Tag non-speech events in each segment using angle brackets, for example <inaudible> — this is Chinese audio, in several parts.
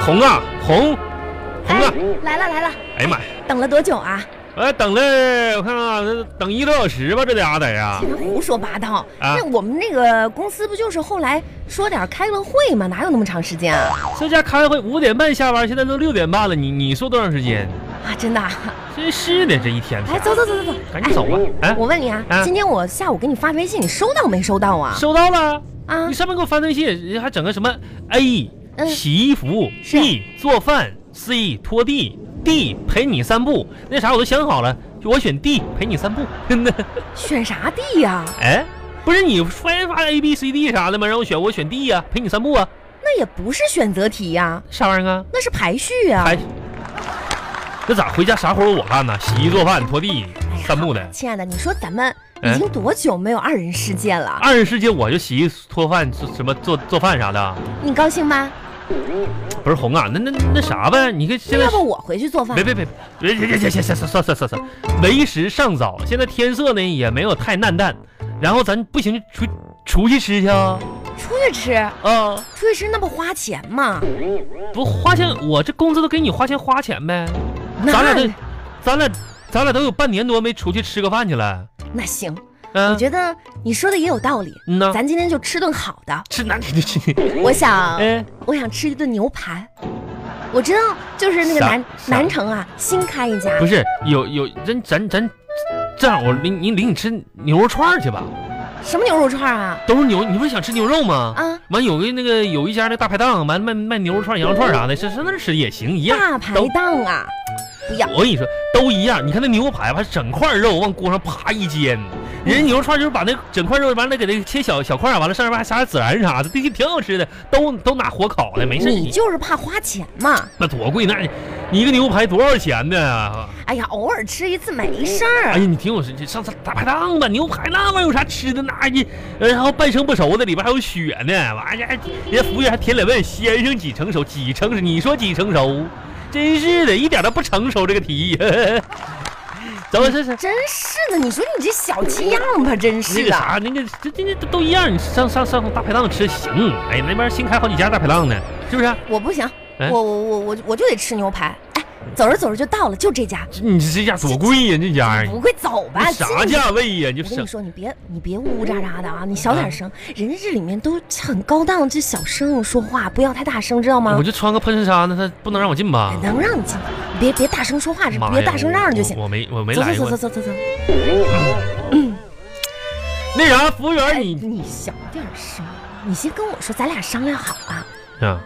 红啊，红，红啊！哎来了来了，哎呀妈呀！等了多久啊？哎，等了，我看啊，这等一个多小时吧，这家伙得呀这。人胡说八道！啊那我们那个公司不就是后来说点儿开了会吗？哪有那么长时间啊？这家开会五点半下班，现在都六点半了，你你说多长时间？啊，真的啊！真是的，这一天哎，天，走走走走走，赶紧走吧！哎，我问你啊，啊今天我下午给你发微信，你收到没收到啊？收到了。啊你，上面给我发那些，还整个什么 A 嗯洗衣服是，B 做饭，C 拖地，D 陪你散步，那啥我都想好了，就我选 D 陪你散步， <laughs> 真的。选啥地呀、哎，不是你发发 A B C D 啥的吗？让我选，我选 D 呀、陪你散步啊，那也不是选择题呀、啥玩意儿啊？那是排序呀、还那咋回家啥活儿我干呢？洗衣做饭、拖地、散步的。亲爱的，你说咱们嗯已经多久没有二人世界了？二人世界我就洗衣、拖饭、做什么做做饭啥的，啊你高兴吗？不是红啊？那那那啥呗？你看那现在要不我啊回去做饭别？别别别别别别别！算算算算算，为时尚早，现在天色呢也没有太暗淡，然后咱不行就出出去吃去啊出去吃，啊！出去吃那不花钱吗？不花钱，我这工资都给你花钱花钱呗。那咱俩都，咱俩咱俩都有半年多没出去吃个饭去了。那行，我嗯、觉得你说的也有道理。嗯呐，咱今天就吃顿好的，吃哪里吃？我 <laughs> 想，哎，我想吃一顿牛排。我知道，就是那个啥南啥南城啊，新开一家不是有有咱咱咱这样，我领你领你吃牛肉串儿去吧，什么牛肉串啊？都是牛，你不是想吃牛肉吗？啊，完有个那个有一家那大排档，完卖卖牛肉串、羊肉串啥的，上上那儿吃也行，一样。大排都档啊，不要，我跟你说，都一样。你看那牛排吧，整块肉往锅上啪一煎，人家牛肉串就是把那整块肉完了给它切小小块儿，完了上面还撒点孜然啥的，这些挺好吃的，都都拿火烤的，没事。你就是怕花钱嘛。那多贵，那你一个牛排多少钱呢？啊哎呀，偶尔吃一次没事哎儿。呀，你挺有神气，上次大排档吧，牛排那玩意儿有啥吃的？那你，呃然后半生不熟的，里边还有血呢，完呀，人家服务员还舔脸问先生几成熟？几成熟？你说几成熟？真是的，一点都不成熟这个 <laughs> 题。走，这是真是的，你说你这小气样吧，真那是个的。啥，那个这这这都都一样，你上上上大排档吃行。哎，那边新开好几家大排档呢，是不是？我不行，哎我我我我我就得吃牛排。哎，走着走着就到了，就这家，这你这家多贵呀、这家不会走吧？这哎啥进去价位呀、你就哎是我跟你说，你别你别呜呜喳喳的啊，你小点声，人家这里面都很高档，这小声说话，不要太大声，知道吗哎我？就穿个喷纱，那他不能让我进吧？能让你进，你别别大声说话，妈别呀大声嚷嚷就行我。我没我没走来走过走。走走走走，那啥，服务员哎，你你小点声，你先跟我说，咱俩商量好啊。啊，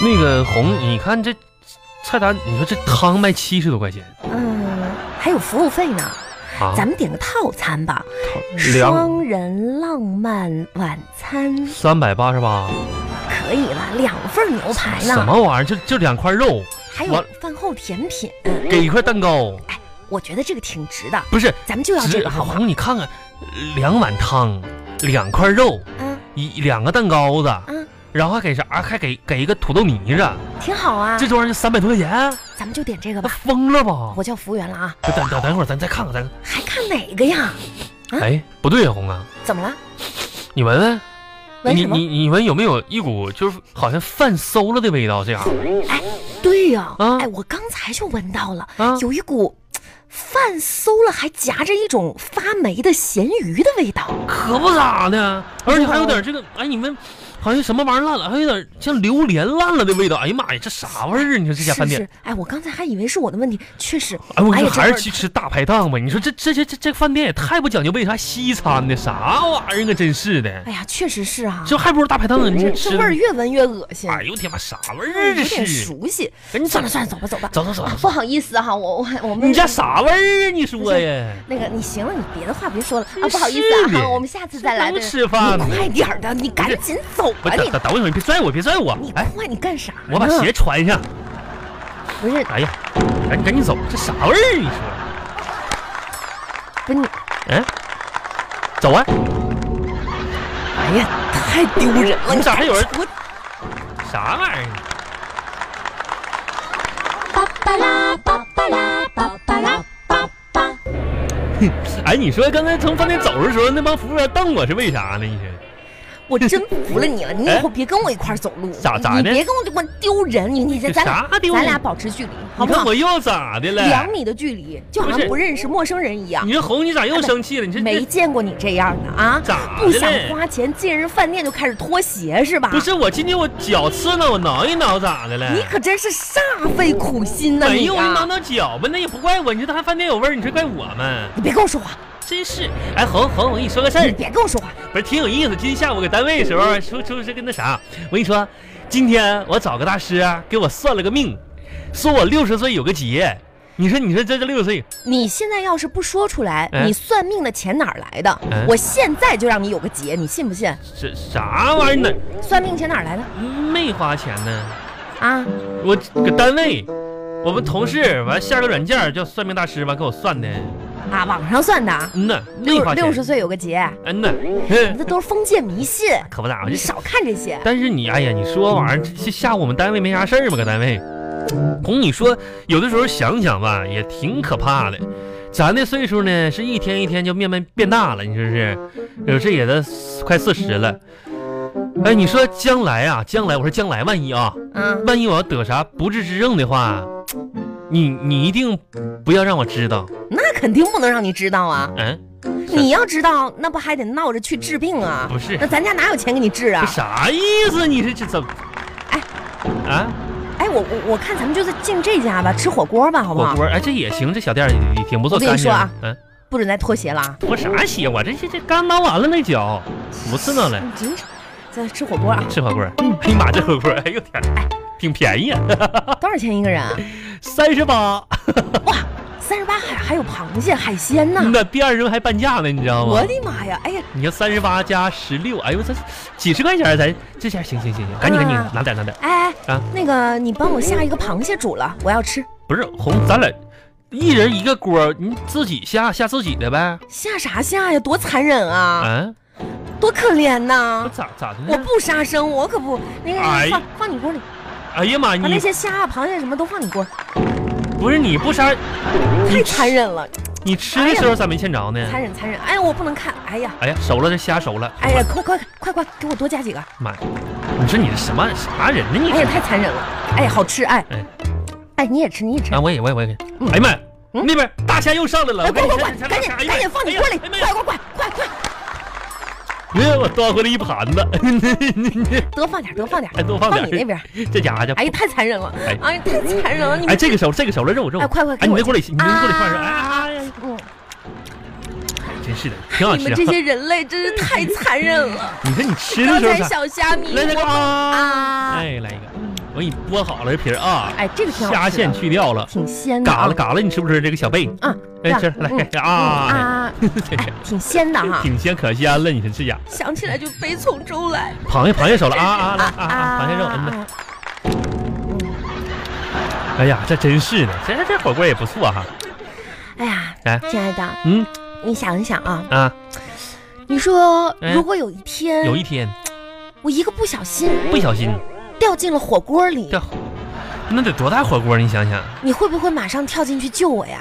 那个红，你看这菜单，你说这汤卖七十多块钱嗯，还有服务费呢，啊，咱们点个套餐吧，两双人浪漫晚餐三百八十八，可以了，两份牛排什呢，么玩意儿？就就两块肉，哎还有我饭后甜品，嗯给一块蛋糕，我觉得这个挺值的，不是，咱们就要这只个好不 <laughs> 好？红，你看看，两碗汤，两块肉，嗯一两个蛋糕子，嗯。然后还给啥？还给给一个土豆泥子，挺好啊，这玩意儿三百多块钱，咱们就点这个那吧。疯了吧？我叫啊服务员了啊，等等等会儿，咱再看看，咱还看哪个呀？啊哎，不对呀，红啊。怎么了？你闻闻，闻你什么你你闻有没有一股就是好像饭馊了的味道？这样对呀、啊哎，我刚才就闻到了，啊，有一股嘖饭馊了，还夹着一种发霉的咸鱼的味道。可不咋的，而且还有点这个，哎，你们好像什么玩意儿烂了，还有点像榴莲烂了的味道。哎呀妈呀，这啥味儿啊？你说这家饭是店，是，哎，我刚才还以为是我的问题，确实。哎，我哎说呀还这是味儿去吃大排档吧。你说这这这这这饭店也太不讲究卫啥西餐的，啥玩意儿啊？真是的，哎呀，确实是啊，这还不如大排档呢。你这说这吃味儿，越闻越恶心，哎呦我天妈，啥味儿啊？有这点是，熟悉。赶紧走算了算了，走吧走吧。走走走啊走不好意思哈、我我我们你家啥味儿啊？你说呀？那个，你行了，你别的话别说了啊，真不好意思啊，是的哈我们下次再来。能对吃饭吗你快点儿的，你赶紧走不吧，是，你等等等一会儿，你别拽我，别拽我你，哎。快，你干啥呢？我把鞋穿上。不是哎呀，赶赶紧走，这啥味儿？啊你说？不是你，嗯，走啊！哎呀，太丢人了！你咋还有人我啥玩意儿？巴巴拉巴巴拉巴巴拉巴巴。哎，你说刚才从饭店走的时候，那帮服务员瞪我是为啥呢？你说我真服 <laughs> 了你了，你以后别跟我一块儿走路，哎咋咋你的别跟我我丢人，你你这咱俩啥丢咱人俩保持距离，好你不看好我？又咋的了两？米的距离，就好不像是不认识陌生人一样你。这红，你咋又生气了？你这啊没这见过你这样的啊！咋不的想嘞花钱，进人饭店就开始脱鞋是吧？不，是我今天我脚刺挠，我挠一挠咋的了？你可真是煞费苦心呐、没你用，你挠啊！挠脚吧，那也不怪我。你说他饭店有味儿，你这怪我们，你别跟我说话，真是。哎，红红，我跟你说个事你儿，别跟我说话，不是挺有意思。今天下午搁单位的时候，说说是跟那啥，我跟你说，今天我找个大师啊给我算了个命，说我六十岁有个劫。你说，你说这这六十岁，你现在要是不说出来，哎你算命的钱哪儿来的？哎我现在就让你有个结，你信不信？这啥玩意儿呢？算命钱哪儿来的没花钱呢。啊？我搁单位，我们同事完下个软件儿叫算命大师完给我算的，啊，网上算的啊，嗯呐，没六花钱六十，岁有个结，嗯呐，你嗯这都是封建迷信，可不咋，我你就少看这些。但是你，哎呀，你说玩意儿，这下午我们单位没啥事儿吗？搁单位，红，你说有的时候想想吧，也挺可怕的。咱的岁数呢，是一天一天就慢慢变大了，你说是？有这也都快四十了。哎，你说将来啊，将来，我说将来，万一啊，嗯，万一我要得啥不治之症的话，你你一定不要让我知道。那肯定不能让你知道啊！嗯，你要知道，那不还得闹着去治病啊？不是那咱家哪有钱给你治啊这？啥意思？你是这怎么？哎啊，哎，我我我看咱们就进这家吧，吃火锅吧，好不火好？锅，哎，这也行，这小店儿也也挺不错，我跟你干净说啊。嗯。不准再脱鞋了啊！我啥鞋？我这这这刚挠完了那脚，不刺挠了。你真是，咱吃火锅啊？吃火锅，哎呀妈，这火锅，哎呦天儿，挺便宜啊，多少钱一个人啊？三十八。三十八还还有螃蟹、海鲜呢！那第二人还半价呢，你知道我吗？的妈呀！哎呀，你看三十八加十六，哎呦，这几十块钱儿，咱这下行行行行，赶紧赶紧啊拿点拿点。哎哎啊，那个你帮我下一个螃蟹煮了，我要吃。不是红，咱俩一人一个锅，你自己下下自己的呗。下啥下呀？多残忍啊！啊，多可怜我呐！咋咋的我呢？不杀生，我可不。那哎个放放你锅里，哎呀妈，把那你些虾啊、螃蟹什么都放你锅，不是你不杀，嗯太残忍了，你吃哎的时候咋没见着呢？残忍残忍！哎呀，我不能看！哎呀，哎呀，熟了，这虾熟了。哎呀，快快快快，给我多加几个！妈呀，你说你是什么啥人呢？你哎呀，太残忍了！哎呀，好吃哎哎，哎，你也吃，你也吃。啊，我也，我也，我也。嗯哎呀妈呀，嗯那边大虾又上来了！哎，我快跟你快说这快，赶紧这赶紧放你锅里，哎呀快快快快快！妈呀，我端回来一盘子，多放点，多放点，哎多放点你那边。 <laughs> 这家伙就哎，太残忍了哎！哎，太残忍了！你哎，们这个熟，这个熟了，肉肉。哎快快给哎，你我那锅里，你那锅里放上。哎啊哎呀，嗯，真是的，挺好你吃们啊这。些人类真是 <laughs> 太残忍了！你看你吃的刚时候才啥？小虾米，来来个我啊！啊，哎，来一个，我给你剥好了这皮儿啊，哎，这个挺好虾吃线的，去掉了，挺鲜的嘎啊了，嘎了，你吃不吃这个小贝？嗯，哎，这吃样嗯来嗯啊，啊， <laughs> 这哎挺鲜的哈，挺鲜可鲜了，你说这家想起来就悲从中来螃蟹螃蟹熟了啊啊来啊啊！螃蟹肉，嗯呐。啊哎呀，这真是的，这这火锅也不错哈。哎呀，哎，亲爱的，嗯你想一想啊，啊，你说哎如果有一天有一嗯天我一个不小心不小心掉进了火锅里，掉，那得多大火锅？你想想，你会不会马上跳进去救我呀？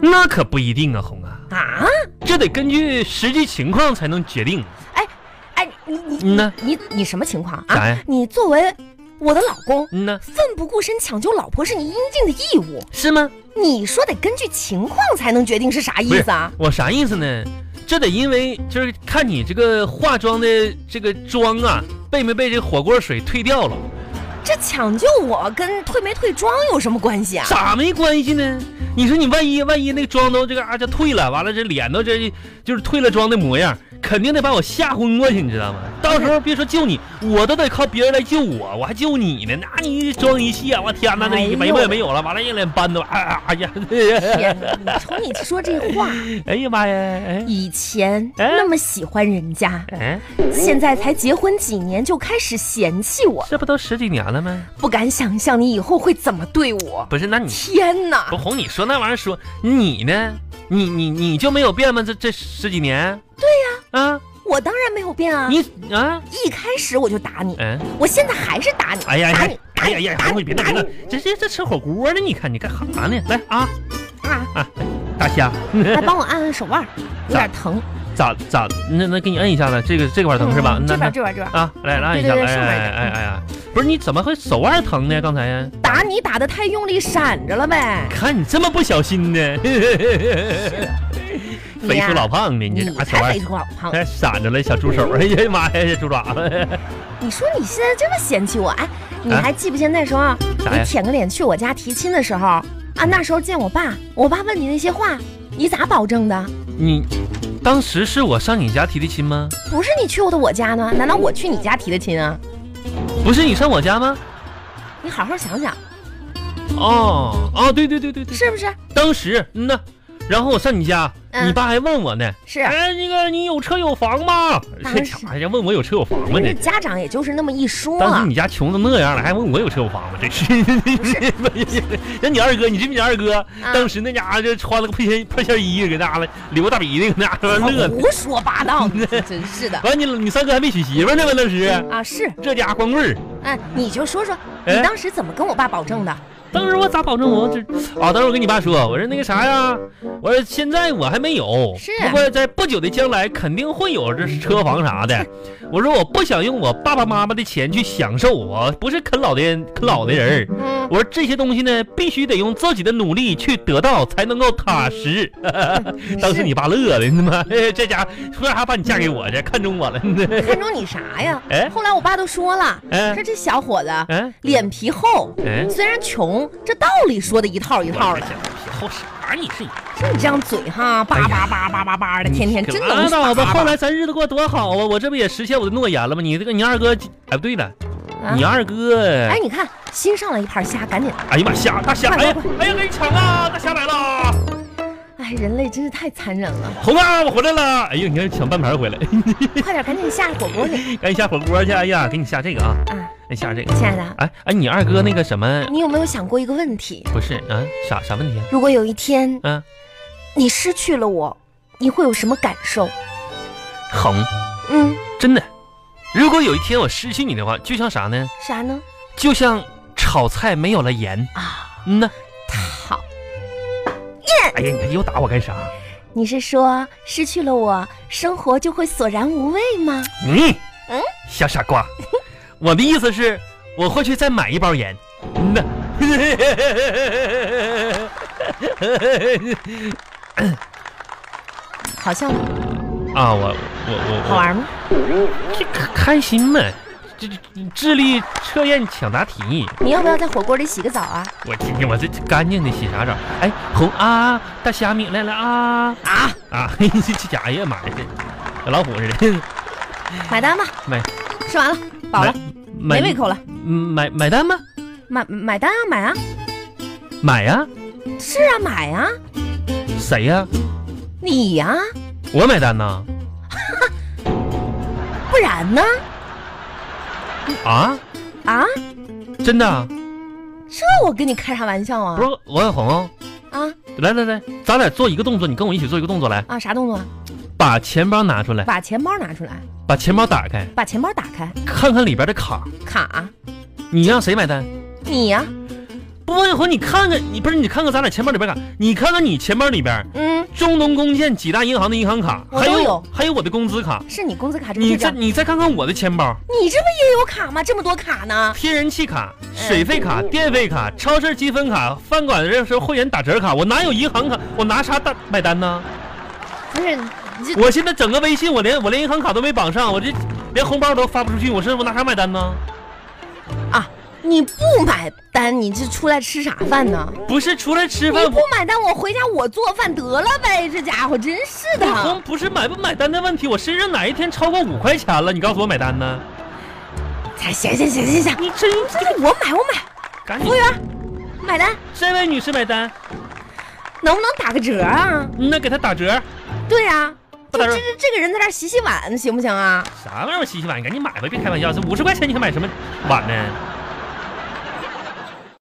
那可不一定啊，红啊，啊？这得根据实际情况才能决定。哎哎，你你嗯呐，你你什么情况啥啊呀？你作为我的老公，嗯呐，奋不顾身抢救老婆是你应尽的义务。是吗？你说得根据情况才能决定是啥意思啊？我啥意思呢？这得因为就是看你这个化妆的这个妆啊，被没被这火锅水退掉了，这抢救我跟退没退妆有什么关系啊？咋没关系呢？你说你万一万一那妆都这个啊这退了，完了这脸都这就是退了妆的模样，肯定得把我吓昏过去，你知道吗？到时候别说救你，我都得靠别人来救我，我还救你呢？那你妆一卸，我天哪，那哎呦眉毛也没有了，完了一脸斑都，哎呀哎呀，天哪！你瞅你说这话，哎呀妈呀，哎以前 <laughs> 哎那么喜欢人家，哎，现在才结婚几年就开始嫌弃我，这不都十几年了吗？不敢想象你以后会怎么对我。不是，那你天哪不！红，你说那玩意儿说你呢？你你你就没有变吗？这这十几年？对呀、我当然没有变啊，啊！你啊，一开始我就打你，嗯、我现在还是打你，哎呀打哎你呀，，哎呀哎呀，打红你，你别闹别打闹你，这这这吃火锅呢？你看你干啥呢？来啊啊！啊！大虾，来帮我按按手 <laughs> 腕儿，有点疼。咋咋？那那给你摁一下子，这个这块疼是吧？那嗯这边那这边这边，啊，来来按一下，对对对来上来面嗯来，哎哎呀，不是你怎么会手腕疼呢？刚才打你打的太用力，闪着了呗。看你这么不小心呢，<laughs> 你肥呀出老胖呢，你啊你这俩手才腕哎肥出老胖，还闪着了小猪手，哎呀妈呀，小猪爪子，你说你现在这么嫌弃我，哎，你啊还记不记得那时候啥呀你舔个脸去我家提亲的时候啊？那时候见我爸，我爸问你那些话，你咋保证的？你当时是我上你家提的亲吗？不是你去过的我家呢？难道我去你家提的亲啊？不是你上我家吗？你好好想想，哦哦，对对对对对，是不是？当时嗯呐，然后我上你家，嗯你爸还问我呢，是。啊哎，那个你有车有房吗？当嗯这时家伙还问我有车有房吗？人这家家长也就是那么一说，当时你家穷成那样了，还问我有车有房吗？真是， <laughs> 人你二哥，你知不知道你二哥啊当时那家伙就穿了个配件配件衣，搁那了理过大鼻涕，搁那我乐呢。胡说八道， <laughs> 你真是的完你你三哥还没娶媳妇呢吧？当时啊！是，这家伙光棍儿，哎，你就说说你哎当时怎么跟我爸保证的？当时我咋保证我这哦啊？当时我跟你爸说，我说那个啥呀，我说现在我还没有，是不过在不久的将来肯定会有这车房啥的。我说我不想用我爸爸妈妈的钱去享受，我不是啃老的人啃老的人儿。嗯，我说这些东西呢，必须得用自己的努力去得到，才能够踏实。 <laughs> 当时你爸乐的，他妈、 <laughs> 哎这家伙说啥把你嫁给我去，看中我了。 <laughs> 是看中你啥呀？哎后来我爸都说了，哎说这小伙子哎脸皮厚，哎，虽然穷，这道理说的一套一套我的。后啥你是你就你这张嘴哈，叭叭叭叭叭叭的，天天真能哎拉倒吧！叭叭后来咱日子过得多好啊，我这不也实现我的诺言了吗？你这个你二哥，哎不对了，啊你二哥，哎，你看新上了一盘虾，赶紧！哎呀妈虾大虾，快哎呀快哎呀给你抢啊！大虾来了，哎，人类真是太残忍了，红啊我回来了！哎呦你看抢半盘回来， <laughs> 快点赶紧下火锅去赶紧下火锅去！哎呀给你下这个啊，啊！哎下这个。亲爱的，哎哎，你二哥那个什么你有没有想过一个问题？不是啊？啥啥问题啊？如果有一天嗯，你失去了我，你会有什么感受？横，嗯，真的。如果有一天我失去你的话，就像啥呢？啥呢？就像炒菜没有了盐啊，嗯呐。好，哎呀，你看又打我干啥？你是说失去了我，生活就会索然无味吗？嗯嗯小傻瓜，我的意思是，我回去再买一包盐。嗯呐。好笑吗？ <laughs> 啊，我我我好玩吗？我这可开心嘛？这这智力测验抢答题。你要不要在火锅里洗个澡啊？我听听，我这干净的洗啥澡？哎，红啊，大虾米来了啊啊，啊！ <laughs> 嘿这这家伙哎呀妈呀，这小老虎似的，买单吧。买，吃完了，饱了，买嗯没胃口了，买买单吗？买买单啊，买啊，买呀、是啊，买啊，谁呀、你呀、我买单呐！不然呢？啊，啊，真的啊？这我跟你开啥玩笑啊不？是王小红，啊来来来，咱俩做一个动作，你跟我一起做一个动作来，啊，啥动作？把钱包拿出来，把钱包拿出来，把钱包打开，把钱包打开，看看里边的卡，卡，啊你让谁买单？你呀、不，王小红，你看看，你不是你看看咱俩钱包里边卡，你看看你钱包里边。嗯，中农工建几大银行的银行卡，我还都有有还有我的工资卡。是你工资卡，这不你就再这？你再看看我的钱包，你这不也有卡吗？这么多卡呢？天然气卡、水费卡、电费卡、超市积分卡、饭馆的时候会员打折卡，我哪有银行卡？我拿啥单买单呢？不是，你这我现在整个微信，我连我连银行卡都没绑上，我这连红包都发不出去，我是我拿啥买单呢？啊，你不买单，你这出来吃啥饭呢？不是出来吃你饭，不买单，我回家我做饭得了呗。这家伙真是的，红不是买不买单的问题，我身上哪一天超过五块钱了，你告诉我买单呢？哎行行行行行，你真这个我买我买，赶服紧务，员买单，这位女士买单，能不能打个折啊？那给她打折。对呀、啊不就打这折这这个人在这儿洗洗碗行不行啊？啥玩意儿洗洗碗？赶紧买吧，别开玩笑！这五十块钱你还买什么碗呢？